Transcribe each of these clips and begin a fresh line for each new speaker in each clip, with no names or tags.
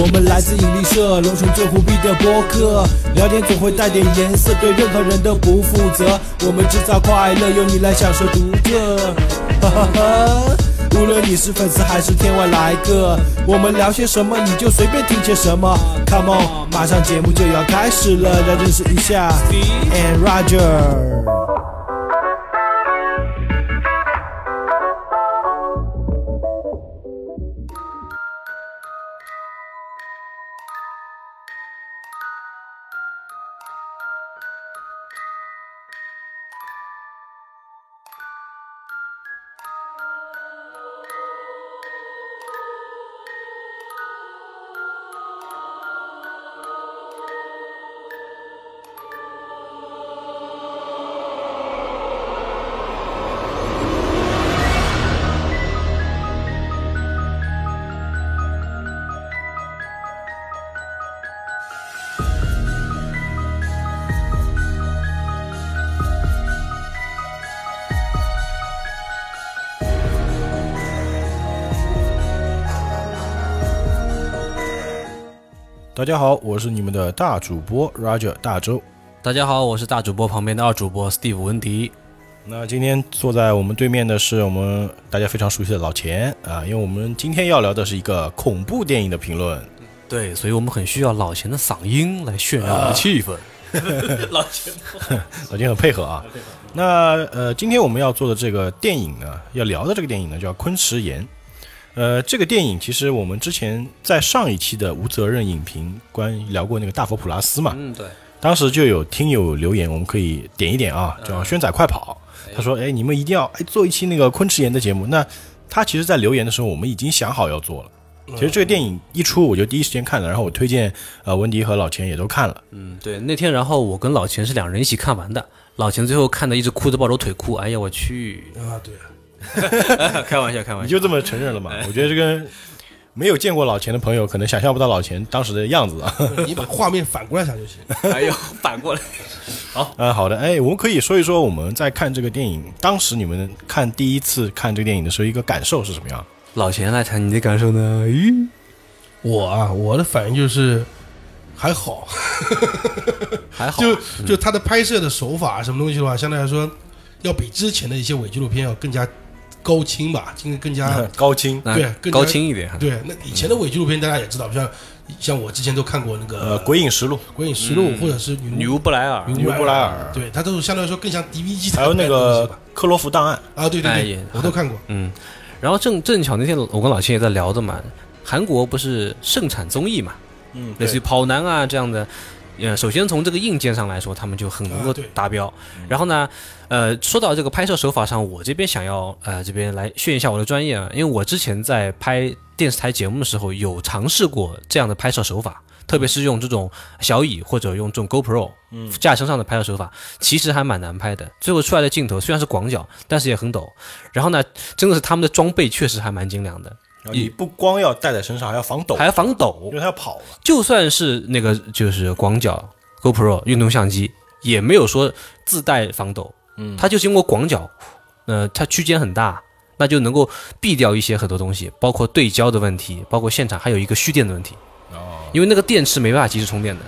我们来自引力社，龙城最虎逼的播客，聊天总会带点颜色，对任何人都不负责。我们制造快乐，由你来享受独特。 哈哈哈！无论你是粉丝还是天外来客，我们聊些什么你就随便听些什么。Come on，马上节目就要开始了，来认识一下 Steve and Roger。
大家好，我是你们的大主播 Roger 大周。
大家好，我是大主播旁边的二主播 Steve 文迪。
那今天坐在我们对面的是我们大家非常熟悉的老钱啊，因为我们今天要聊的是一个恐怖电影的评论。
对，所以我们很需要老钱的嗓音来渲染我们的气氛。老钱，
老金很配合啊。那呃，今天我们要做的这个电影呢，要聊的这个电影呢，叫《昆池岩》。呃，这个电影其实我们之前在上一期的无责任影评关于聊过那个大佛普拉斯嘛，
嗯，对，
当时就有听友留言，我们可以点一点啊，叫“轩仔快跑”。他说：“哎，你们一定要哎做一期那个昆池岩的节目。”那他其实，在留言的时候，我们已经想好要做了。其实这个电影一出，我就第一时间看了，然后我推荐呃文迪和老钱也都看了。
嗯，对。那天，然后我跟老钱是两人一起看完的。老钱最后看的一直哭着抱着腿哭，哎呀，我去！
啊，对，
开玩笑，开玩
你
笑。
就这么承认了
哎
嘛？我觉得这个没有见过老钱的朋友，可能想象不到老钱当时的样子啊。
你把画面反过来想就 行。
哎呦，反过来。
啊，好的，哎，我们可以说一说我们在看这个电影，当时你们看第一次看这个电影的时候，一个感受是什么样？
老钱来谈你的感受呢？咦，
我啊，我的反应就是还好，
还好。
就就它的拍摄的手法什么东西的话，相对来说要比之前的一些伪纪录片要更加高清吧，更更加
高清，
那
对更加
高清一点。
对。那以前的伪纪录片大家也知道，像像我之前都看过那
呃，《
个
鬼影实录》，
《鬼影实录》或者是《女
女巫布莱尔，
女
女巫布莱尔
对，它都是相对来说更像 DVG
还有那
台的东西
个
吧
克罗夫档案，
啊，对
哎
对
也
对，我都看过。
嗯，然后正正巧那天我跟老秦也在聊的嘛，韩国不是盛产综艺嘛，
嗯
类似于跑男啊这样的。呃，首先从这个硬件上来说，他们就很能够
啊对
达标。然后呢，呃，说到这个拍摄手法上，我这边想要呃这边来炫一下我的专业啊，因为我之前在拍电视台节目的时候有尝试过这样的拍摄手法，特别是用这种小乙或者用这种 GoPro
嗯
架身上的拍摄手法，其实还蛮难拍的。最后出来的镜头虽然是广角，但是也很陡。然后呢，真的是他们的装备确实还蛮精良的，
然后你不光要带在身上，还要防抖，
还要防抖，
因为它要跑嘛。
就算是那个就是广角 GoPro 运动相机，也没有说自带防抖，
嗯
它就经过广角，呃，它区间很大，那就能够避掉一些很多东西，包括对焦的问题，包括现场还有一个蓄电的问题，
哦，
因为那个电池没办法及时充电的。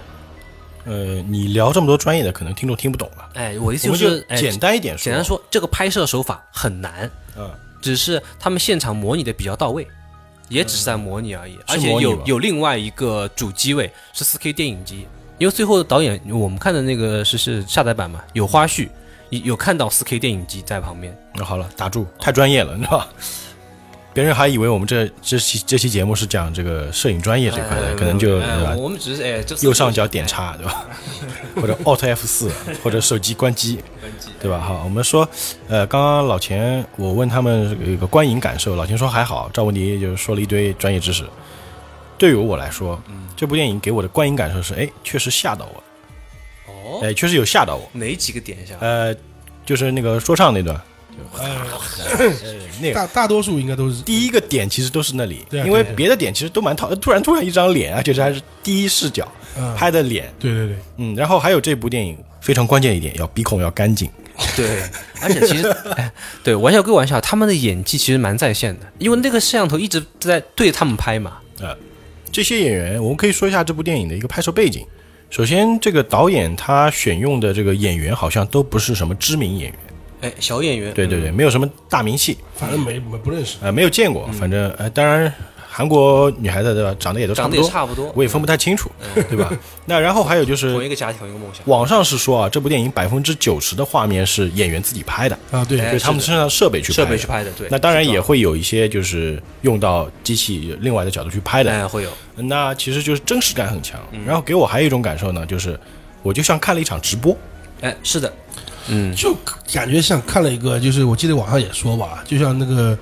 呃，你聊这么多专业的，可能听众听不懂了，
哎，我的意思
我
就
们
是
就简单一点说，
简单，说，这个拍摄手法很难，
嗯，
只是他们现场模拟的比较到位。也只是在模拟而已，而
嗯是
且
模拟
有
吧
有另外一个主机位是 4K 电影机，因为最后导演我们看的那个是是下载版嘛，有花絮，有有看到 4K 电影机在旁边。
那好了，打住，太专业了，你知道吧？别人还以为我们这这期这期节目是讲这个摄影专业这块的，可能就
哎
对吧
我们只是哎，就是
右上角点叉，对吧？或者 Alt F 四，或者手机关机，对吧？好，我们说，呃，刚刚老钱我问他们有一个观影感受，老钱说还好，赵文迪就是说了一堆专业知识。对于我来说，
嗯
这部电影给我的观影感受是，哎，确实吓到我，
哦，
哎，确实有吓到我。
哪几个点一下？
呃，就是那个说唱那段，呃那个
呃大大多数应该都是
第一个点其实都是那里，
对啊
因为
对啊
别的点其实都蛮讨，突然突然一张脸，而且这还是第一视角
嗯
拍的脸，
对对对，
嗯，然后还有这部电影非常关键一点，要鼻孔要干净。
对，而且其 实，哎，对，玩笑归玩笑，他们的演技其实蛮在线的，因为那个摄像头一直在对他们拍嘛，
呃，这些演员，我们可以说一下这部电影的一个拍摄背景。首先，这个导演他选用的这个演员好像都不是什么知名演员，
哎，小演员，
对对对，没有什么大名气，
反正没没不认识。
呃，没有见
嗯
过，反正呃，当然韩国女孩子对吧，长得也都差
长
不
得也
多，
差不多，
我也分不太清楚，
嗯
对吧？那然后还有就
同一
是，
个家庭，同一个梦想。
网上是说啊，这部电影百分之九十的画面是演员自己拍的，
啊，对，
哎
对他们身上的设备去拍
设
的
备去。拍的，对，
那当然也会有一些就是用到机器另外的角度去拍的，
哎嗯会有，
那其实就是真实感很强。然后给我还有一种感受呢，就是我就像看了一场直播，
哎是的，
就感觉像看了一个，就是我记得网上也说吧，就像那个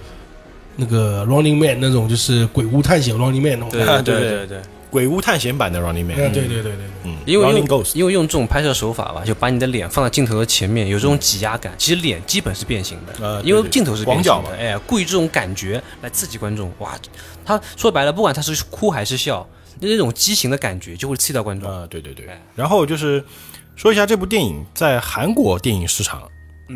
那个 Running Man 那种，就是鬼屋探险 Running Man 那
对
对
种。
对
对
对对，
鬼屋探险版的 Running
嗯，
Man，
对对对对对。
嗯，
因为
Running
用
Ghost，
因为用这种拍摄手法吧，就把你的脸放在镜头的前面，有这种挤压感。其实脸基本是变形的，
嗯呃对
因为
对
镜头是
广
变形
角嘛
的，哎，故意这种感觉来刺激观众。哇，他说白了，不管他是哭还是笑，那种畸形的感觉就会刺激到观众。
啊，对对对。
哎
然后就是说一下这部电影在韩国电影市场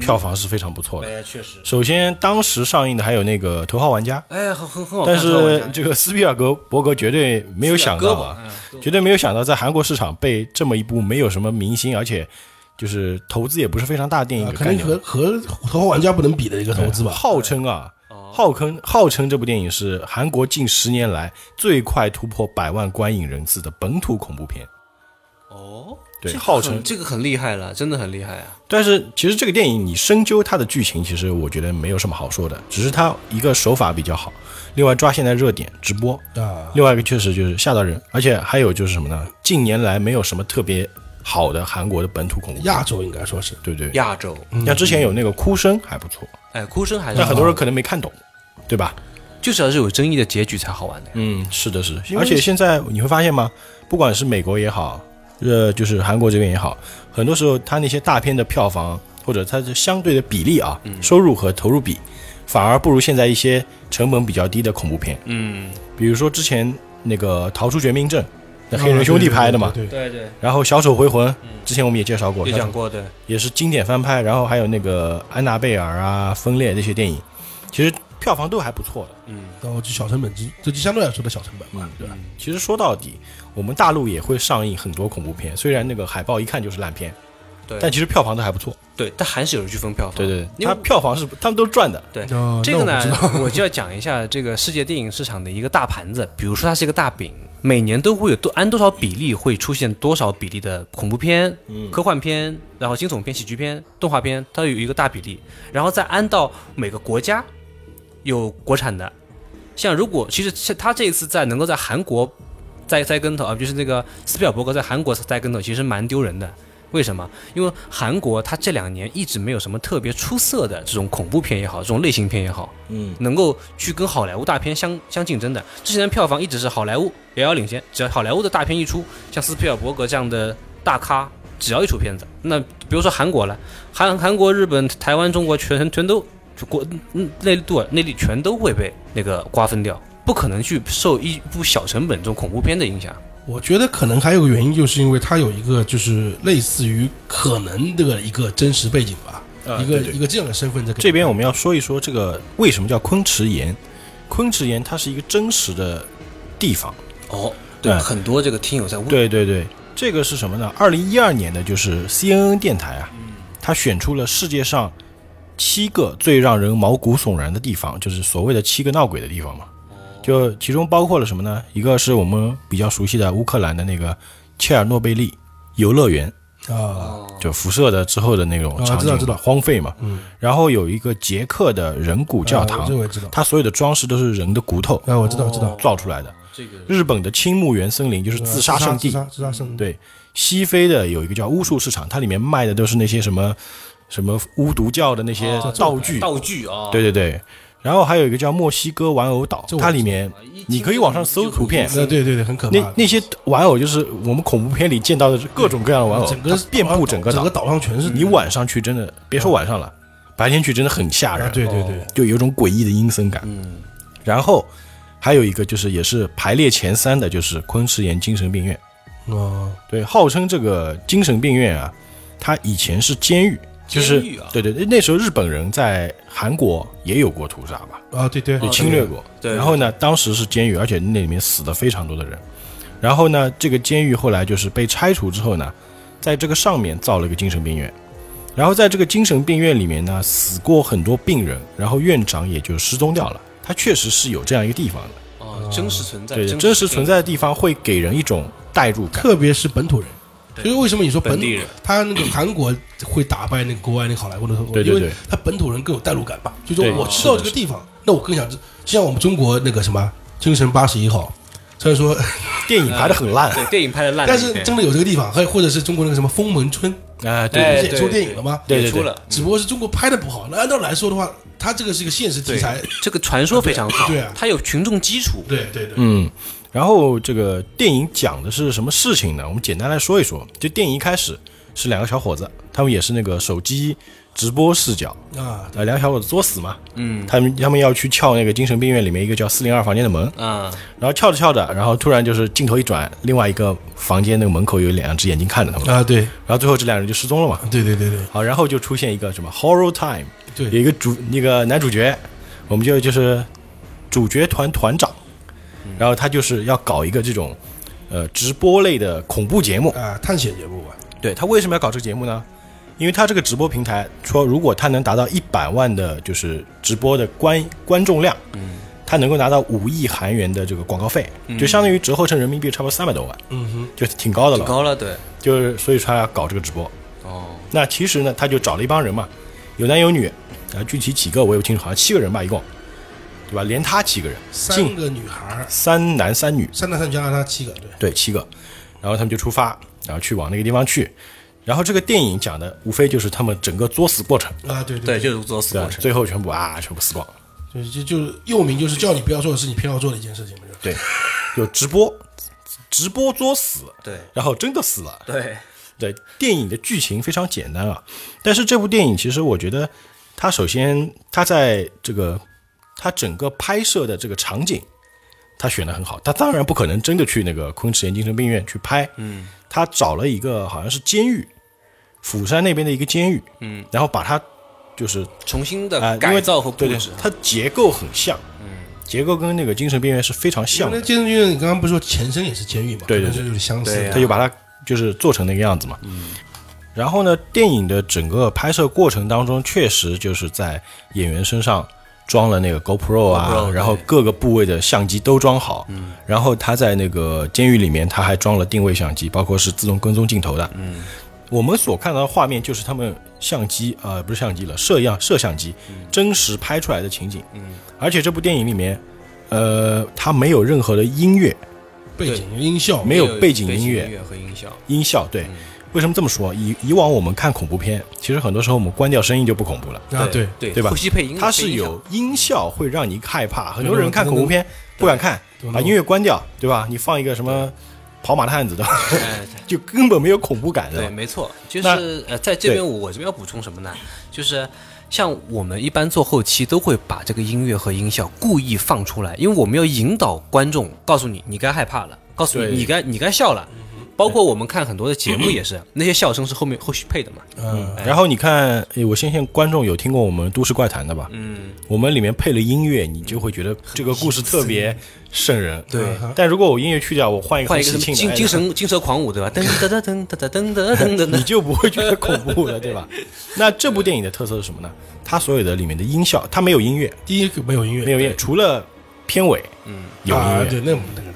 票房是非常不错的。
嗯哎确实，
首先，当时上映的还有那个《头号玩家》，
哎很很很好看，
但
突然
是
间
这个斯皮尔格伯格绝对没有想到
嗯
啊，
嗯
绝对没有想到在韩国市场被这么一部没有什么明星，而且就是投资也不是非常大的电影
啊
给
肯
干
定
掉
和
了，
和头号玩家不能比的一个投资吧，
号称啊，
哦
号称号称这部电影是韩国近十年来最快突破百万观影人次的本土恐怖片。
哦，
对
这个
号
很
称
这个很厉害了，真的很厉害啊，
但是其实这个电影你深究它的剧情，其实我觉得没有什么好说的，只是它一个手法比较好，另外抓现在热点直播，
啊，
另外一个确实就是吓到人，而且还有就是什么呢？近年来没有什么特别好的韩国的本土恐怖片，
亚嗯洲应该说是
对对。
亚洲，
像之前有那个哭声还不错，
哎哭声还是
但很多人可能没看懂，对吧？
就是要是有争议的结局才好玩的。
嗯，是的是的。而且现在你会发现吗？不管是美国也好，呃，就是韩国这边也好，很多时候它那些大片的票房或者它的相对的比例啊，
嗯
收入和投入比，反而不如现在一些成本比较低的恐怖片。
嗯
比如说之前那个《逃出绝命镇》，那黑人兄弟拍的嘛，
啊哦对，对对
对对
然后《小丑回魂》，之前我们也介绍过，
有嗯
它
讲过的，
也是经典翻拍。然后还有那个《安娜贝尔》啊，《分裂》这些电影，其实票房都还不错的。
嗯
然后哦就小成本，这这就相对来说的小成本
嗯
嘛，对吧？
其实说到底，我们大陆也会上映很多恐怖片，虽然那个海报一看就是烂片，
对
但其实票房都还不错。
对，但还是有人去分票房，
对对对，
因为
它票房是他们都赚的。
对
哦
这个
那我
呢
不知道，
我就要讲一下这个世界电影市场的一个大盘子。比如说，它是一个大饼，每年都会有多按多少比例会出现多少比例的恐怖片、科幻片，然后惊悚片、喜剧片、动画片，它有一个大比例，然后再按到每个国家有国产的。像如果其实像他这一次在能够在韩国栽栽跟头啊，就是那个斯皮尔伯格在韩国栽跟头，其实蛮丢人的。为什么？因为韩国它这两年一直没有什么特别出色的这种恐怖片也好，这种类型片也好，
嗯，
能够去跟好莱坞大片相相竞争的。之前的票房一直是好莱坞遥遥领先，只要好莱坞的大片一出，像斯皮尔伯格这样的大咖，只要一出片子，那比如说韩国了，韩韩国、日本、台湾、中国全全都就国嗯内陆啊内地全都会被那个瓜分掉，不可能去受一部小成本这种恐怖片的影响。
我觉得可能还有个原因，就是因为它有一个就是类似于可能的一个真实背景吧，
啊
一个
对对
一个这样的身份在给
这边我们要说一说这个为什么叫昆池岩？昆池岩它是一个真实的地方。
哦对
哎
很多这个听友在问，
对对对，这个是什么呢？二零一二年的就是 CNN 电台啊，
嗯
它选出了世界上七个最让人毛骨悚然的地方，就是所谓的七个闹鬼的地方嘛。
哦
就其中包括了什么呢？一个是我们比较熟悉的乌克兰的那个切尔诺贝利游乐园，
啊，
就辐射的之后的那种
啊
场景，
知道知道
荒废嘛。然后有一个捷克的人骨教
啊
堂
我这，我也知道，
它所有的装饰都是人的骨头
啊，我知道知道，
造出来的。
这个
日本的青木原森林就是自杀圣地
自，杀自杀圣地，
对，西非的有一个叫巫术市场，它里面卖的都是那些什么什么巫毒教的那些
哦
道具，
道具
哦
啊，
对对对。然后还有一个叫墨西哥玩偶岛
这，我
它里面你可以网上搜图片，
呃对对对，很可怕
那
的。
那些玩偶就是我们恐怖片里见到的各种各样的玩偶，
嗯整个哦
它遍布整个
整
岛
个。岛上全是
你晚上去真的别说晚上了，白天去真的很吓
啊，
人，
对对对，
就有一种诡异的阴森感。嗯。然后还有一个就是也是排列前三的，就是昆池岩精神病院。
哦，
对，号称这个精神病院啊，它以前是监狱，就是
监狱啊
对对，对那时候日本人在韩国也有过屠杀吧，
啊，对对
对，侵略过。
哦对
然后呢，当时是监狱，而且那里面死了非常多的人。然后呢，这个监狱后来就是被拆除之后呢，在这个上面造了一个精神病院。然后在这个精神病院里面呢，死过很多病人，然后院长也就失踪掉了。他确实是有这样一个地方的，
啊，真实存在，
对，真实存
在，
在的地方会给人一种代入感。
特别是本土人。就是为什么你说本
本地人，
他 那个韩国会打败那个国外那个好莱坞的时候，
对对
因
对
为他本土人更有代入感吧。就说
对
我知道这个地方，那我更想知。就像我们中国那个什么《精神八十一号》，虽然说，
电影拍的很烂，
对电影拍的烂了
但
一
是
点，
真的有这个地方，还有或者是中国那个什么《封门村》，
啊，对
哎
对
不是也
对
出电影了吗？
对对
也出
对
了
只不过是中国拍的不好。那按照来说的话，它这个是一个现实题
对
材，
这个传说非常好，
对啊
它有群众基础，
对对对，
嗯，然后这个电影讲的是什么事情呢？我们简单来说一说。就电影一开始是两个小伙子，他们也是那个手机直播视角，
啊，
呃，两个小伙子作死嘛，嗯，他们他们要去撬那个精神病院里面一个叫四零二房间的门，
啊，
然后撬着撬着，然后突然就是镜头一转，另外一个房间那个门口有两只眼睛看着他们，
啊，对
然后最后这两人就失踪了嘛。
对对对对
好，然后就出现一个什么 horror time，
对
有一个主那个男主角，我们就就是主角团团长，然后他就是要搞一个这种呃直播类的恐怖节目。
啊，探险节目吧，
对他为什么要搞这个节目呢？因为他这个直播平台说，如果他能达到一百万的，就是直播的观观众量，嗯，他能够拿到五亿韩元的这个广告费，就相当于折合成人民币差不多三百多万，
嗯哼，
就挺高的了。
挺高了，对，
就是所以说他要搞这个直播。
哦，
那其实呢，他就找了一帮人嘛，有男有女，啊，具体几个我也不清楚，好像七个人吧，一共，对吧？连他七个人，
三
进
个女孩儿，
三男三女，
三大三加上他七个，对，
对，七个，然后他们就出发，然后去往那个地方去。然后这个电影讲的无非就是他们整个作死过程，
啊，对对
对，
对，
就是作死
对吧
过？程，
最后全部啊，全部死光。
就是就就是幼名就是叫你不要做的事，你偏要做的一件事情嘛，就是
对，有直播，直播作死，
对
然后真的死了。
对，
对，电影的剧情非常简单啊，但是这部电影其实我觉得，它首先它在这个它整个拍摄的这个场景，它选的很好。它当然不可能真的去那个昆池岩精神病院去拍，嗯，他找了一个好像是监狱，釜山那边的一个监狱，嗯，然后把它就是
重新
啊、
的
呃因
改
为
造和布
对对
置，，
它结构很像，嗯，结构跟那个精神病院是非常像
那
的，
健身剧院你刚刚不是说前身也是监狱嘛，
对对对
可能就是相似
对
的，
啊
他就把它就是做成那个样子嘛。然后呢，电影的整个拍摄过程当中，确实就是在演员身上装了那个 GoPro 嗯啊
GoPro，对
然后各个部位的相机都装好。然后他在那个监狱里面，他还装了定位相机，包括是自动跟踪镜头的。嗯，我们所看到的画面就是他们相机啊、呃不是相机了，摄像摄像机真实拍出来的情景。嗯，而且这部电影里面，呃，它没有任何的音乐，
背景音效
没
没
有背景音乐
乐，和音效，
音效，对。为什么这么说？以以往我们看恐怖片，其实很多时候我们关掉声音就不恐怖了，
啊，对，
对
对吧
后期配音
它是
配音效
有音效会让你害怕。很多人看恐怖片不敢看，
对
把音乐关掉，对吧？你放一个什么跑马的汉子的，
哎
就根本没有恐怖感
对，
的。
没错，就
那
是呃，在这
对
边我这边要补充什么呢？就是像我们一般做后期都会把这个音乐和音效故意放出来，因为我们要引导观众，告诉你你该害怕了，告诉
对嗯
你你该你该笑了。包括我们看很多的节目也是，那些笑声是后面后续配的嘛。
啊
嗯，
然后你看，诶我相信观众有听过我们《都市怪谈》的吧？嗯，我们里面配了音乐，你就会觉得这个故事特别瘆人。对但如果我音乐去掉，我换一个
换
很
一个
喜
什么
庆的，
金
哎
金蛇金蛇狂舞对吧？噔噔噔噔噔噔噔噔噔
你
噔。
就不会觉得恐怖了， 对吧？那这部电影的特色是什么呢？它所有的里面的音效，它没有音乐，
第一个没有音乐，
没有音乐，除了片尾，嗯，有音
啊，
乐。
对，那我们那个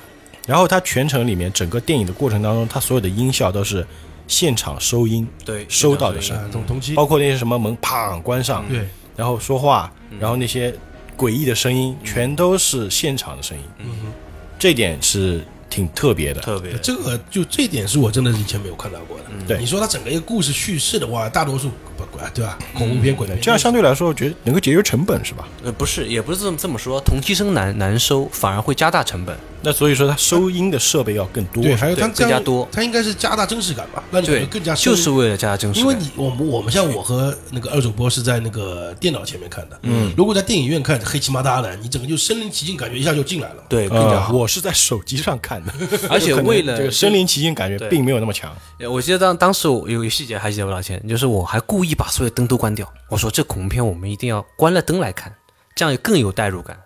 然后它全程里面整个电影的过程当中，它所有的音效都是现场收音，
对
收到的声
啊，同同期，
包括那些什么门砰关上，
对，嗯
然后说话，然后那些诡异的声音，全都是现场的声音。嗯这点是挺特别的。
特别
这个就这一点是我真的以前没有看到过的。
对
你说它整个一个故事叙事的话，大多数不鬼嗯对吧？恐怖片、鬼片
这样相对来说，我觉得能够节约成本，是吧？
呃不是也不是这么这么说，同期声难难收，反而会加大成本。
那所以说，它收音的设备要更多。
对，还有它
对
这样
更加多
它应该是加大真实感吧？让你
对，
们更加深
就是为了加大真实
因
感。
为你我们我们像我和那个二主播是在那个电脑前面看的，嗯，如果在电影院看，黑漆麻搭的，你整个就身临其境，感觉一下就进来了。
对更加
呃，
好。
我是在手机上看的，
而且
可能
为了
这个身临其境感觉
对
并没有那么强。
呃我记得当当时我有一个细节还记得不老钱，就是我还故意把所有灯都关掉。我说这恐怖片我们一定要关了灯来看，这样更有代入感。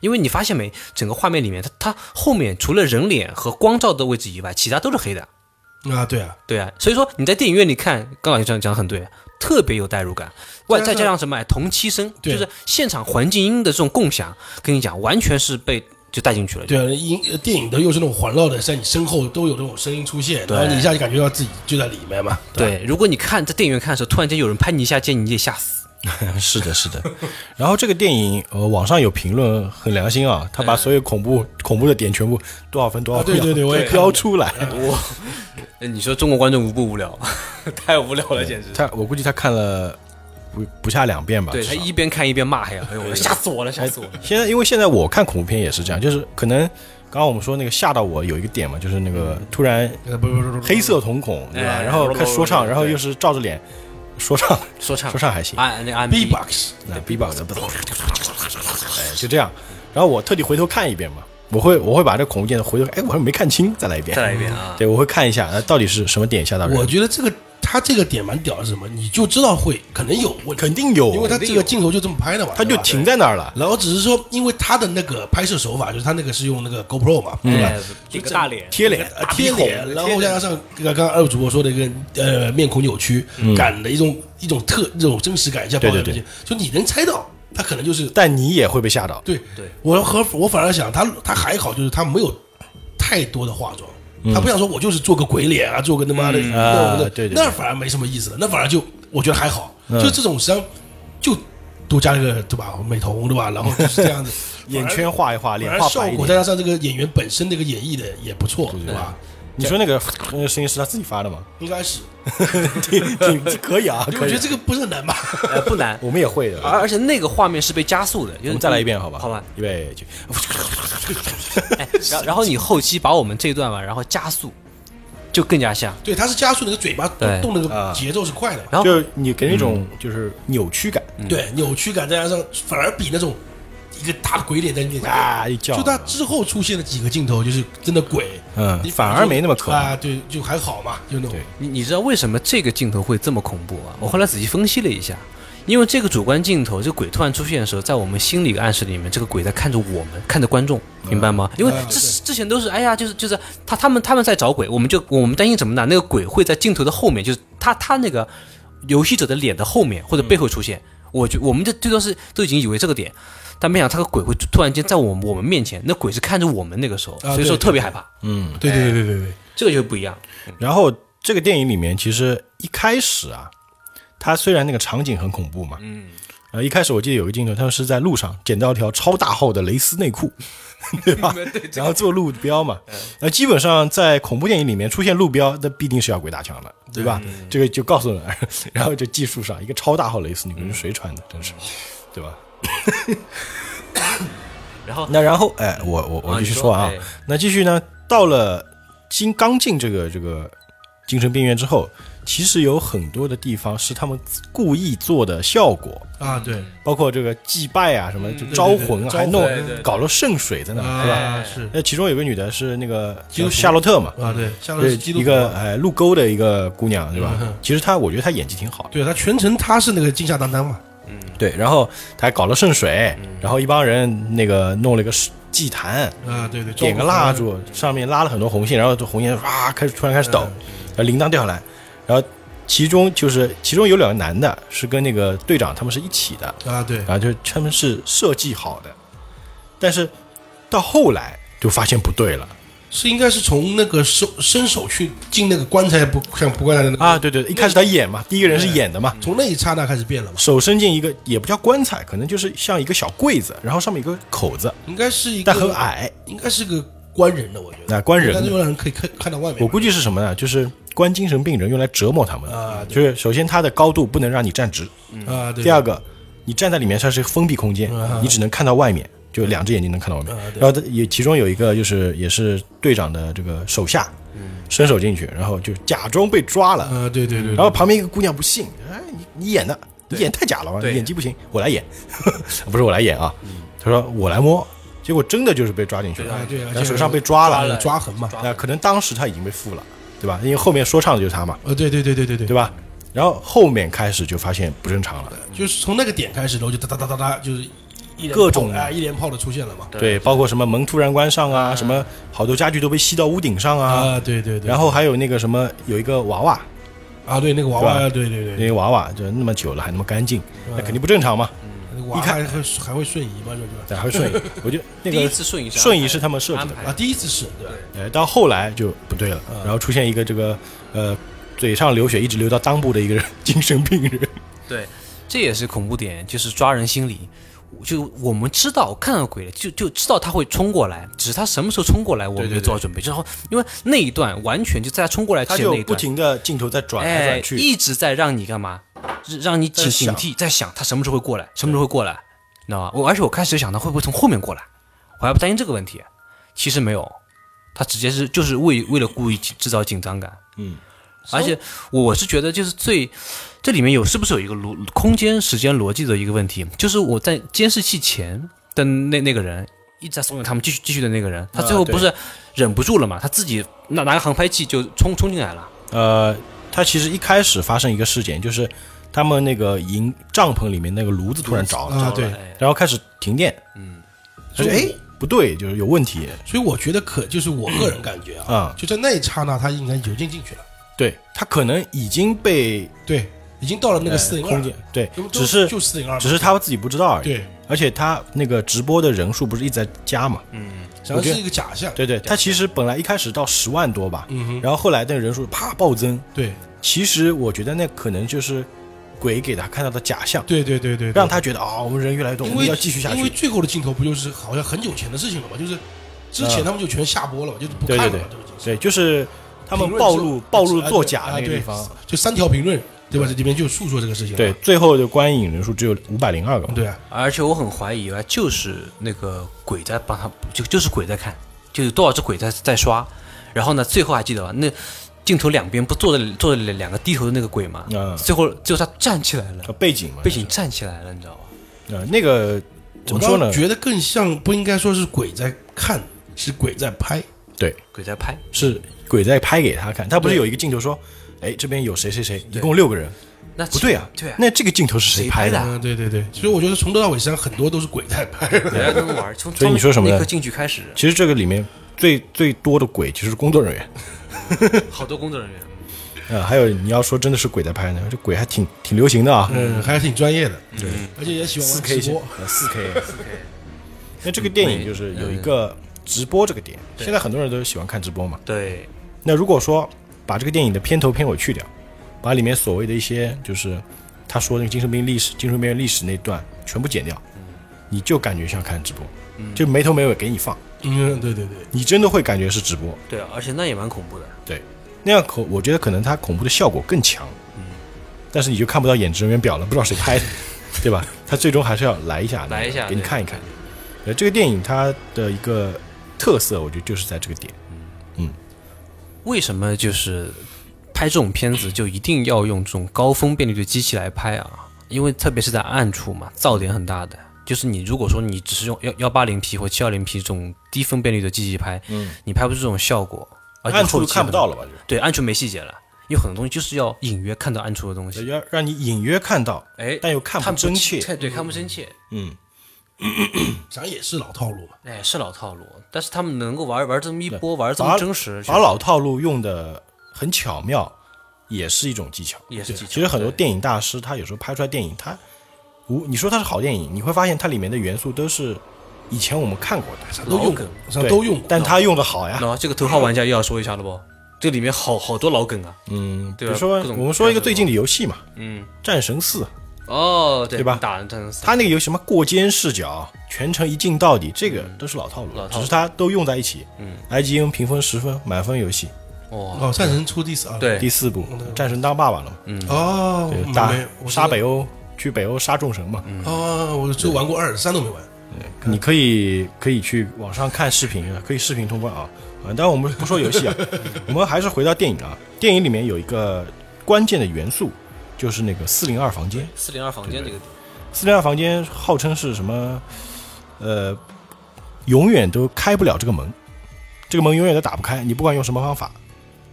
因为你发现没，整个画面里面，它它后面除了人脸和光照的位置以外，其他都是黑的。
啊，对啊，
对啊，所以说你在电影院里看，刚老师讲讲得很对，特别有代入感。外
加
再
上
加上什么哎，同期声，就
对
是现场环境音的这种共享，跟你讲，完全是被就带进去了。
对啊，音呃电影的又是那种环绕的，在你身后都有这种声音出现，然后你一下就感觉到自己就在里面嘛。
对，如果你看在电影院看的时候，突然间有人拍你一下肩，你也吓死。
是的，是的。 然后这个电影，呃，网上有评论很良心啊，他把所有恐
嗯
怖、恐怖的点全部多少分多少
啊
分、
对对对我也看
标
过
出来。
哎你说中国观众无不无聊， 太无聊了，简直。
他我估计他看了不不下两遍吧。
对
至
他
少
一边看一边骂，哎呀，哎呦，啊 吓死我了，吓死我了。
现在因为现在我看恐怖片也是这样，就是可能刚刚我们说那个吓到我有一个点嘛，就是那个突然
呃，不不不不，不
黑色瞳孔，对吧？
嗯哎
然后看说唱，然后又是照着脸说唱，
说唱，
说唱还行
啊，那
B
R&B，
box
那 B box 的不懂，哎，就这样。然后我特地回头看一遍嘛，我会我会把这恐怖片回头，哎，我还没看清，再来一遍，
再来一遍啊。
对，我会看一下，呃，到底是什么点吓到
我
人？
觉得这个他这个点蛮屌的，是什么？你就知道会可能有问题，
肯定有，
因为他这个镜头就这么拍的嘛，
他就
对吧
停在那儿了。
然后只是说，因为他的那个拍摄手法，就是他那个是用那个 GoPro 嘛，
嗯
对吧？
一哎个大脸，
贴脸，
呃贴脸，然后再加上刚刚二位主播说的一个呃面孔扭曲感的一种一种特这种真实感一下包在
嗯对
里
对
面，就你能猜到他可能就是
但你也会被吓到。
对对。我和我反而想他他还好，就是他没有太多的化妆，他不像说我就是做个鬼脸啊，做个他妈的
嗯啊
弄个
对对对嗯
那反而没什么意思了，那反而就我觉得还好，就这种实际上就多加一个对吧美瞳对吧，然后就是这 样子
眼圈画一画，脸
反而
画
效
白一
果
点
再。加上这个演员本身那个演绎的也不错，对吧？
你说那个那个声音是他自己发 的吗？
应该是，
挺挺可以 啊，
因为
可
我
以啊
觉得。啊这个不是很 难吧？
呃，不 难。
我们也会的。
而而且那个画面是被加速的，
我
我
们再来一遍，好吧？
好吧。
预备就
然后然后你后期把我们这段嘛，然后加速，就更加像。
对，他是加速那个嘴巴
对
动动那
啊
个节奏是快的嘛，
然后
就是你给人一种
嗯
就是扭曲感
对，扭曲感再加上反而比那种一个大鬼脸在你面前
啊，一叫
嗯就他之后出现的几个镜头，就是真的鬼，
嗯
你
反而没那么可怕
啊，对，就还好嘛，就那种
对
你你知道为什么这个镜头会这么恐怖啊？我后来仔细分析了一下，因为这个主观镜头，这个鬼突然出现的时候，在我们心理暗示里面，这个鬼在看着我们，看着观众，明白吗？因为
嗯
之之前都是哎呀，就是就是他他们他们在找鬼，我们就我们担心什么呢？那个鬼会在镜头的后面，就是他他那个游戏者的脸的后面或者背后出
嗯
现。我觉我们这最多是都已经以为这个点，但没想到他个鬼会突然间在我们我们面前，那鬼是看着我们那个时候，
啊
所以说
对
特别害怕，
嗯。
对对对对对对，
这个就不一 样。
然后这个电影里面其实一开始啊，它虽然那个场景很恐怖嘛，嗯，呃，一开始我记得有一个镜头，他们是在路上捡到一条超大号的蕾丝内裤，对吧？然后做路标嘛，那基本上在恐怖电影里面出现路标，那必定是要鬼打墙了，对吧？这个就告诉人， 然后就技术上一个超大号蕾丝内裤是谁穿的，真是，对吧？
然后
那然后，哎，我我我
啊
继续
你
说
说
啊
哎，
那继续呢，到了金刚进这个这个精神病院之后，其实有很多的地方是他们故意做的效果，
啊对
包括这个祭拜啊什么，就招魂啊，
嗯对对对
还弄
招
搞了圣水在那，对嗯吧？
啊是
那其中有个女的是那个
基督徒
夏洛特嘛，
啊对，像
对
是基督
一
徒
个
嘛，
哎路沟的一个姑娘，对吧
嗯？
其实她我觉得她演技挺好的，
对他全程他是那个惊吓担当嘛，
对，然后她还搞了圣水，
嗯
然后一帮人那个弄了一个祭坛，
啊对对，
点个蜡烛，
嗯
上面拉了很多红线，然后这红线哇开始突然开始抖，然后铃铛掉下来，然后其中就是其中有两个男的是跟那个队长他们是一起的，
啊对
然后就他们是设计好的，但是到后来就发现不对了
是应该是从那个手伸手去进那个棺材不像不棺材的那个，
啊！对对，一开始他演嘛，第一个人是演的嘛，
从那一刹那开始变了嘛，
手伸进一个也不叫棺材，可能就是像一个小柜子，然后上面有个口子，
应该是一个
但很，矮，
应该是个棺人的，我觉得，
那关人
但
的
是。有人可以看看到外面
我估计是什么呢？就是关精神病人用来折磨他们的
啊，
就是首先他的高度不能让你站直，
啊对啊
第二个，你站在里面，它是一个封闭空间，你只能看到外面，就两只眼睛能看到外面。然后它也其中有一个就是也是队长的这个手下，
嗯
伸手进去，然后就假装被抓了。
啊对对对，
然后旁边一个姑娘不信，哎，你你演的，你演太假了吧？
对
你演技不行，我来演， 不是我来演啊。他说我来摸，结果真的就是被抓进去了
啊，嗯对，而
然
且
后手上被抓
有
了，
抓痕嘛，
那可能当时他已经被缚了，对吧？因为后面说唱的就是他嘛，
啊呃对对对对对对
对吧？然后后面开始就发现不正常了，
就是从那个点开始，然后就哒哒哒哒哒，就是一连
各种
炮哎一连炮的出现了嘛。
对，包括什么门突然关上啊，什么好多家具都被吸到屋顶上啊，
啊，对对对，
然后还有那个什么有一个娃娃，
啊，对那个娃娃，对对
那
对，
个娃娃就那么久了还那么干净，那肯定不正常嘛，
那个娃娃还会还会瞬移嘛，就是
对，还会瞬 移，我就那
第一
个
次瞬移是
瞬移是他们设计
安
的，
排
啊，第一次是对吧
呃，到后来就不对了，然后出现一个这个呃嘴上流血一直流到裆部的一个 精神病人，
对，这也是恐怖点，就是抓人心理。就我们知道看到鬼了，就就知道他会冲过来，只是他什么时候冲过来，我们没有做好准备。然后，因为那一段完全就在他冲过来之
他
前那
就
一
不
段，
停的镜头在转来
哎
转，去，
一直在让你干嘛？让你警警惕，在想他什么时候会过来，什么时候会过来，你知道吗？我而且我开始想他会不会从后面过来，我还不担心这个问题，啊其实没有，他直接是就是为为了故意制造紧张感，
嗯，
而且我是觉得就是最这里面有是不是有一个逻空间时间逻辑的一个问题，就是我在监视器前的那那个人。一直在怂恿他们继续继续的那个人，
啊
他最后不是忍不住了嘛？他自己拿拿个航拍器就冲冲进来了。
呃，他其实一开始发生一个事件，就是他们那个营帐篷里面那个炉子突然着了，
啊，对，
然后开始停电，嗯，他说哎不对，就是有问题，
所以我觉得可就是我个人感觉啊
嗯，
就在那一刹那，他应该游进进去了，
对他可能已经被
对，已经到了那个四零
哎空间
二，，
对
就，
只是
就四零二，
只是他自己不知道而已，
对，
而且他那个直播的人数不是一直在加嘛，
嗯然后是一个假象，
对嗯对，他其实本来一开始到十万多
嗯
吧，然后后来那个人数啪暴增。
对
其实我觉得那可能就是鬼给他看到的假象，
对对对对，对
让他觉得啊、我们人越来越多，我
因
们
为
要继续下
因为
去。
最后的镜头不就是好像很久前的事情了嘛，就是之前他们就全下播了嘛，就是不
对
看
对对
了嘛，都已经是
对，就是他们
评论
暴
之后
露暴露
啊对
作假
啊
那个地
对
方。
就三条评论，对吧？这里面就诉说这个事情了，
对，最后的观影人数只有五百零二个嘛。
对啊，
而且我很怀疑啊，就是那个鬼在帮他，就就是鬼在看，就有多少只鬼在在刷。然后呢，最后还记得吧？那镜头两边不坐着坐着两个低头的那个鬼嘛？
嗯
最后最后他站起来了，
呃，背景嘛，
背景站起来了，你知道吧？
呃，那个怎
我
么说
倒
呢？
觉得更像不应该说是鬼在看，是鬼在拍，
对，
鬼在拍，
是鬼在拍给他看。他不是
对
有一个镜头说，哎，这边有谁谁谁，一共六个人，
那
不对啊，
对啊，
那这个镜头是
谁
拍
拍的
的？
啊
嗯，对对对，所以我觉得从头到尾实际上很多都是鬼在拍，
鬼在跟他们玩， 从
所以你说什么呢
那一刻进去开始，
其实这个里面最最多的鬼其实是工作人员。
好多工作人员。
呃，还有你要说真的是鬼在拍呢，这鬼还挺挺流行的啊，
嗯， 还是挺专业的，对，而且也喜
嗯
欢
四
玩
K
直播，
四 K 四 K。那这个电影就是有一个直播这个点，现在很多人都喜欢看直播嘛。
对，
那如果说把这个电影的片头片尾去掉，把里面所谓的一些就是他说那个精神病历史、精神病历史那段全部剪掉，你就感觉像看直播，
嗯
就没头没尾给你放，
嗯，对对对，
你真的会感觉是直播。
对啊，而且那也蛮恐怖的。
对，那样可我觉得可能它恐怖的效果更强，
嗯
但是你就看不到演职人员表了，不知道谁 拍的，对吧？他最终还是要来一下，
来一下
给你
对
看一看。呃，这个电影它的一个特色，我觉得就是在这个点，
为什么就是拍这种片子就一定要用这种高分辨率的机器来拍啊？因为特别是在暗处嘛，噪点很大的。就是你如果说你只是用幺幺八零 P 或七二零 P 这种低分辨率的机器拍，嗯，你拍不出这种效果，而且
暗处
啊后
就
期
看不
很
到了吧？就
对，暗处没细节了，有很多东西就是要隐约看到暗处的东
是
西，
要让你隐约看到，
哎，
但又看不
看
真
清
切。
对，看不真切，
嗯，
咱也是老套路嘛，
哎，是老套路，但是他们能够玩玩这么一波，玩这
把
么真实，
把老套路用的很巧妙，也是一种技巧。
也是技巧
其实很多
对
电影大师，他有时候拍出来电影，他无你说它是好电影，你会发现它里面的元素都是以前我们看过的，
都
老
用
梗
过，上都用过，
但他用的好呀。
那这个头号玩家又要说一下了不？这里面好好多老梗啊，
嗯，比
对
如
吧
说
各种
我们说一个最近的游戏嘛，
嗯，
《战神四》，
哦，对
对吧
打人战争四，
它那个有什么过肩视角、全程一镜到底，这个都是老套路，
嗯老套路
只是它都用在一起。嗯，IGN 评分十分，满分游戏。
哇，
哦，战神出第四啊，
对嗯
第四部，战神当爸爸了嘛，
哦，
对
我
打
没，我
杀
知道
北欧，去北欧杀众神嘛。嗯，
哦，我只玩过二，三都没玩。
你可以可以去网上看视频，可以视频通关啊。啊，当然我们不说游戏啊，我们还是回到电影啊。电影里面有一个关键的元素，就是那个四零二房间。
四零二房间这个
四零二房间号称是什么？呃，永远都开不了这个门，这个门永远都打不开，你不管用什么方法，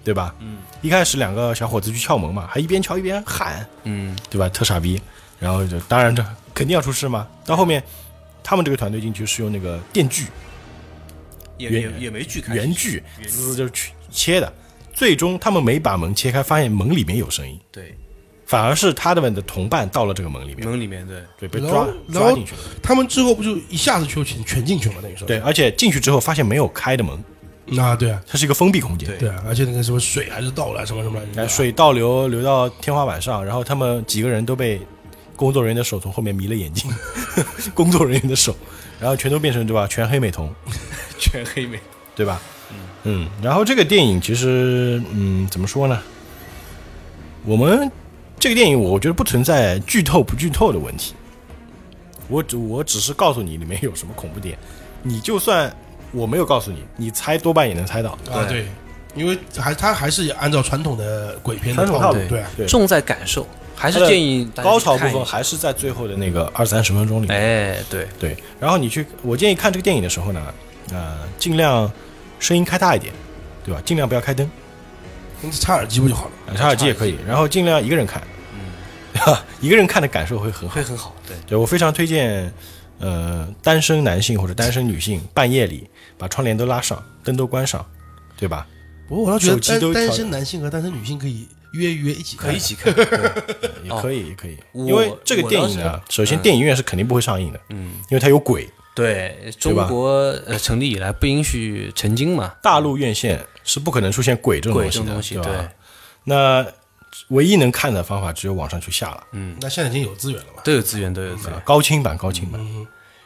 对吧？嗯，一开始两个小伙子去撬门嘛，还一边撬一边喊，
嗯，
对吧？特傻逼。然后就当然这肯定要出事嘛。到后面他们这个团队进去是用那个电锯
也
原
也也没锯开，
圆锯滋就是去切的，最终他们没把门切开，发现门里面有声音，
对，
反而是他的们的同伴到了这个门里面，
门里面 对，
对，被
嗯然
抓
后然
抓
后
进去了。
他们之后不就一下子就全全进去了嘛？那个时候，
对，而且进去之后发现没有开的门，
啊，对啊，
它是一个封闭空间。
对啊，而且那个什么水还是倒了，什么什么来着
来，水倒流流到天花板上，然后他们几个人都被工作人员的手从后面迷了眼睛，工作人员的手，然后全都变成对吧，全黑美瞳，
全黑美，
对吧？嗯，然后这个电影其实，嗯，怎么说呢？我们这个电影，我觉得不存在剧透不剧透的问题。我只我只是告诉你里面有什么恐怖点，你就算我没有告诉你，你猜多半也能猜到。
啊，对，因为还他还是按照传统的鬼片的
传统
套
套
路，
路
对啊，
对
重在感受，还是
它的
建议大家
高潮
去看
部
一
分
下，嗯
还是在最后的那个二三十分钟里面。
哎，对，
对，然后你去，我建议看这个电影的时候呢，呃，尽量声音开大一点，对吧？尽量不要开灯，
你插耳机不就好了？
呃插耳机也可以。然后尽量一个人看，嗯， 一个人看的感受会很好
会。很好，对，
对我非常推荐，呃，单身男性或者单身女性半夜里把窗帘都拉上，灯都关上，对吧？
不过我倒觉得
手机都
单单
调
身男性和单身女性可以约一约一起看，
可以一 起看，
也
哦
可以，也可以，
我
因为这个
我
电
当
影
时
呢，首先电影院是肯定不会上映的，嗯，因为它有鬼，
对，中
吧
国呃成立以来不允许成精嘛，
大陆院线是不可能出现鬼这种
鬼
东
这
西
种
的，
东西，
吧？
对，
那唯一能看的方法只有网上去下了，啊
那现在已经有资源了吧？
都有资源，都有资源。
高清版，高清版。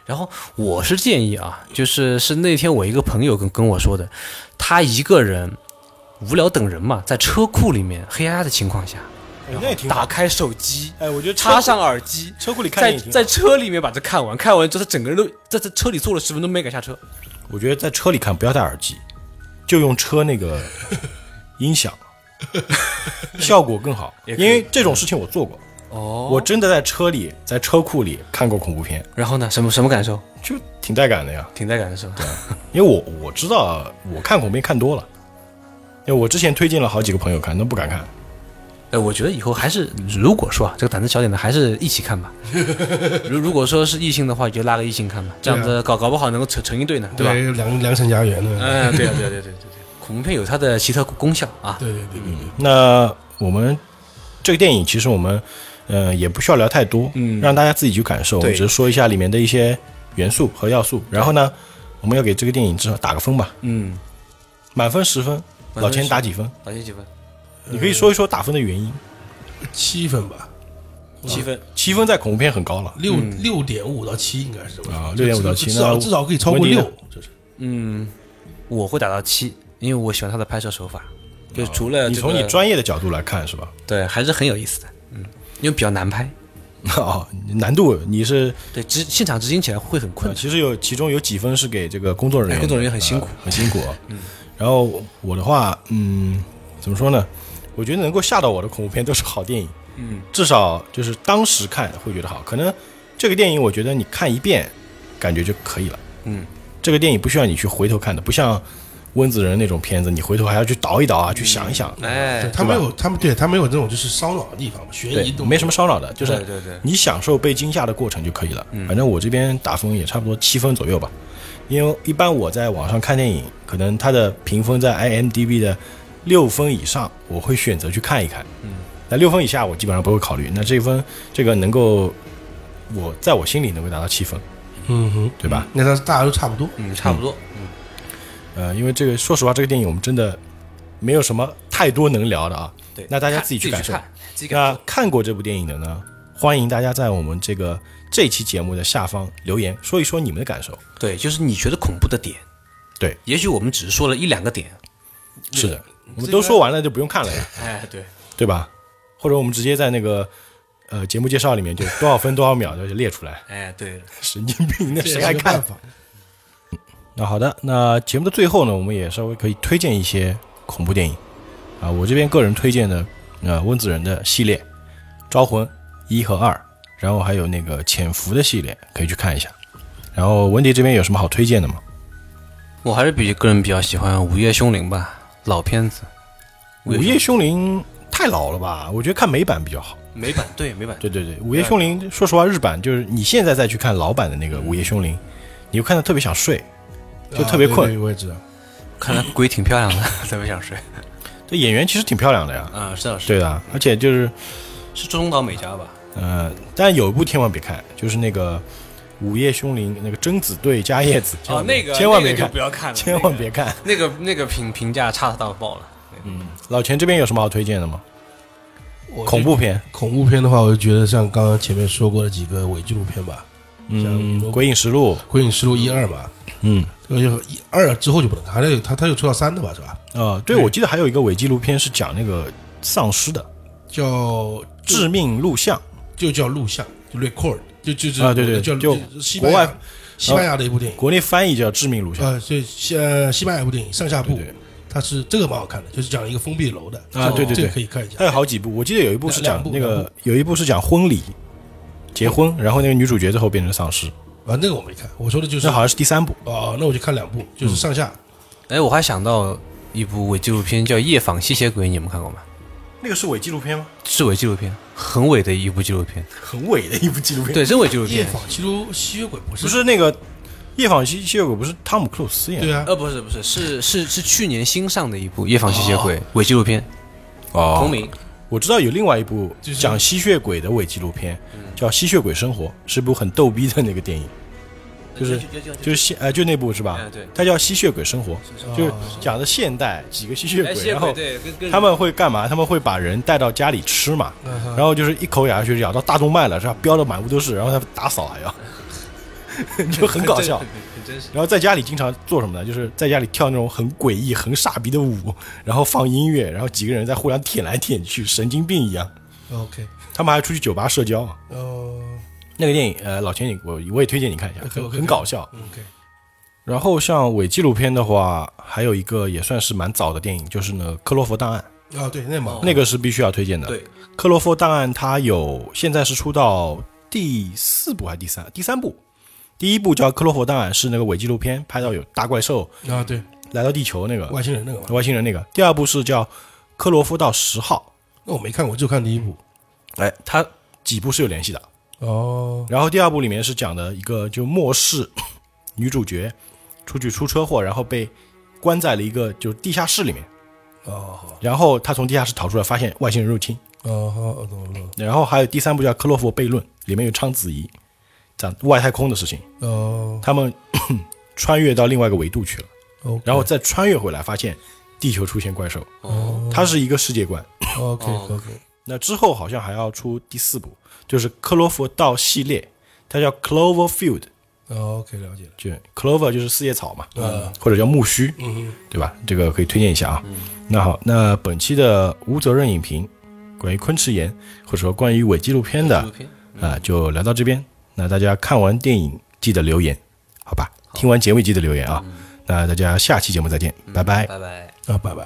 然后我是建议啊，就是是那天我一个朋友跟跟我说的，他一个人无聊等人嘛，在车库里面黑压压的情况下，
哎那也挺好
打。开手机，
哎，我觉得车库
呃插上耳机，
车库里看
在
电影挺好
在车里面把这看完，看完之后他整个人都在在车里坐了十分钟没敢下车。
我觉得在车里看不要戴耳机，就用车那 个音响，效果更好。因为这种事情我做过，
哦，
我真的在车里，在车库里看过恐怖片，
然后呢，什么什么感受？
就挺带感的呀。
挺带感的 是吧？
因为我我知道我看恐怖片看多了，因为我之前推荐了好几个朋友看，都不敢看。
呃，我觉得以后还是，如果说啊，这个胆子小点的，还是一起 看吧。如如果说是异性的话，就拉个异性看吧，这样子搞搞不好能够成成一对呢，对吧？
对，良良辰家园的，
嗯，对啊，对啊，对啊对啊对啊对啊，恐怖片有它的奇特功效啊。
对对对对
嗯
对，
那我们这个电影其实我们呃也不需要聊太多，嗯，让大家自己去感受，我们
对
只是说一下里面的一些元素和要素。然后呢，我们要给这个电影至少打个分吧，
嗯，
满分十分，
分呃
老钱打几分？
打进几分？
你可以说一说打分的原因。
七分吧，
七分。
七分在恐怖片很高了，
六六点五到七应该是吧？
嗯啊6.5到7
至
那
少
我
至少可以超过
文迪呢
六，就是
嗯，我会打到七，因为我喜欢它的拍摄手法，嗯就除了
你
呃这个
从你专业的角度来看是 吧？
对，还是很有意思的。嗯，因为比较难拍，
哦，难度你是
对，执现场执行起来会很困
呃
难。
其实有其中有几分是给这个工作人员的，
哎工作人员很辛苦
呃很辛苦。 嗯，然后我的话，嗯，怎么说呢？我觉得能够吓到我的恐怖片都是好电影。 嗯，至少就是当时看会觉得好。可能这个电影，我觉得你看一遍，感觉就可以了。
嗯，
这个电影不需要你去回头看的，不像温子仁那种片子，你回头还要去倒一倒啊，去想一想。
哎，
他没有他们对他没有这种就是烧脑的地方嘛，悬
对
疑都，
没什么烧脑的，就是
对对对
你享受被惊吓的过程就可以了。反正我这边打分也差不多七分左右吧，因为一般我在网上看电影，可能它的评分在 IMDB 的六分以上，我会选择去看一看。嗯，那六分以下我基本上不会考虑。那这分这个能够，我在我心里能够达到七分，
嗯哼，
对吧？
那大家都差不多，
嗯，差不多。
呃，因为这个说实话，这个电影我们真的没有什么太多能聊的啊。
对，
那大家
看
自己去感受。
看自己感
那看过这部电影的呢，欢迎大家在我们这个这期节目的下方留言，说一说你们的感受。
对，就是你觉得恐怖的点。
对，
也许我们只是说了一两个点。
是的，我们都说完了就不用看了呀，
哎，对，，
对吧？或者我们直接在那个呃节目介绍里面就多少分多少秒就列出来
哎，对，
神经病，那
这也
谁
是
还
个
看
办？法？
那好的，那节目的最后呢，我们也稍微可以推荐一些恐怖电影啊。我这边个人推荐的，呃，温子仁的系列《招魂》一和二，然后还有那个《潜伏》的系列，可以去看一下。然后文迪这边有什么好推荐的吗？
我还是比个人比较喜欢《午夜凶铃》吧，老片子。
午夜凶铃》太老了吧？我觉得看美版比较好。
美版对美版，
对对对，《午夜凶铃》说实话，日版就是你现在再去看老版的那个《午夜凶铃》，你会看的特别想睡，就特别
啊
困。
对对我也知道，
看来鬼挺漂亮的， 特别想睡。
这演员其实挺漂亮的呀，
啊，是的，是的
对的，而且就是
是中岛美嘉吧？
呃，但有一部千万别看，就是那个《午夜凶铃》那个贞子对加叶子，千
哦
万，别
那个
千万
那
别
个就
看
不，要看了，
千万别看。
那个那个那个评评价差到爆了。
老钱这边有什么好推荐的吗？
我就
恐怖片，
恐怖片的话，我就觉得像刚刚前面说过的几个伪纪录片吧，
嗯，
像
《鬼影实录》，
《鬼影实录》一二嘛，
嗯，
这个就一二之后就不能看，还有他他有出到三的吧，是吧？
呃，对，我记得还有一个伪纪录片是讲那个丧尸的
叫
致命录像，
就叫录像，就 record，就就是
啊对对
叫
就
西
国
班牙
外
西班牙的一部电影，
国内翻译叫《致命录像》。
呃，所以西呃西班牙一部电影上下部
对对，
它是这个蛮好看的，就是讲一个封闭楼的
啊对对对
这个可以看一
它
下。
有好几部，我记得有一部是讲
两部
那
两
个，有一部是讲婚礼，结婚，然后那个女主角最后变成丧尸，
啊，那个我没看，我说的就是
那好像是嗯第三部。
哦，那我就看两部，就是上下。
哎，我还想到一部伪纪录片叫《夜访吸血鬼》，你们看过吗？
那个是伪纪录片吗？
是伪纪录片，很伪的一部纪录 片。
很伪的一部纪录片，
对，真伪纪录
夜
片。
访其实吸血鬼不
嗯
是
不是那个《夜访吸血鬼》，不是汤姆克鲁斯演
对
的？
啊，
呃，不是不是，是是是去年新上的一部《夜访吸血鬼》伪纪录片，同
哦，
名。
我知道有另外一部
就是
讲吸血鬼的伪纪录片，
嗯
叫《吸血鬼生活》，是部很逗逼的那个电影，就是就是吸呃就那部是吧
哎？对
它叫《吸血鬼生活》，就是讲的现代几个吸血
哦哎
鬼，
吸血
然后
鬼对跟跟
他们会干嘛？他们会把人带到家里吃嘛，
嗯
然后就是一口咬下去，咬到大动脉了，是吧？飙的满屋都是，然后他们打扫还要， 就很搞笑。
很真实。
然后在家里经常做什么呢？就是在家里跳那种很诡异、很傻逼的舞，然后放音乐，然后几个人在互相舔来舔去，神经病一样。
OK，
他们还出去酒吧社交。啊
呃
那个电影，呃，老钱你我我也推荐你看一下，很
OK，OK
很搞笑。
，OK，
然后像伪纪录片的话，还有一个也算是蛮早的电影，就是那个《克洛弗档案》，
啊，对，那蛮好看
那个是必须要推荐的。
对，
克洛弗档案它有现在是出到第四部还是第三？第三部，第一部叫《克洛弗档案》，是那个伪纪录片，拍到有大怪兽
啊，对，
来到地球那个
外星人那个嘛，
外星人那个。第二部是叫《克罗夫到十号
那我没看过，就看第一部。》，
哎，它几部是有联系的。
哦，
然后第二部里面是讲的一个就末世女主角出去出车祸，然后被关在了一个就是地下室里面。
哦，
然后她从地下室逃出来，发现外星人入侵。
哦，好，懂了，
然后还有第三部叫《克洛弗悖论》，里面有章子怡，讲外太空的事情。
哦
他们 穿越到另外一个维度去了，
，OK，
然后再穿越回来，发现地球出现怪兽，
哦
它是一个世界观。
OK，OK，
那之后好像还要出第四部，就是克罗弗道系列，它叫 Cloverfield，
哦，OK，了解了。
就 Clover 就是四叶草嘛，
嗯
或者叫苜蓿，对吧？这个可以推荐一下啊。
嗯
那好，那本期的无责任影评，关于昆池岩或者说关于伪纪录片的
纪录片
啊、就聊到这边。那大家看完电影记得留言，
嗯
好吧？听完节目也记得留言啊。那大家下期节目再见，拜拜。
拜拜。
啊，拜拜。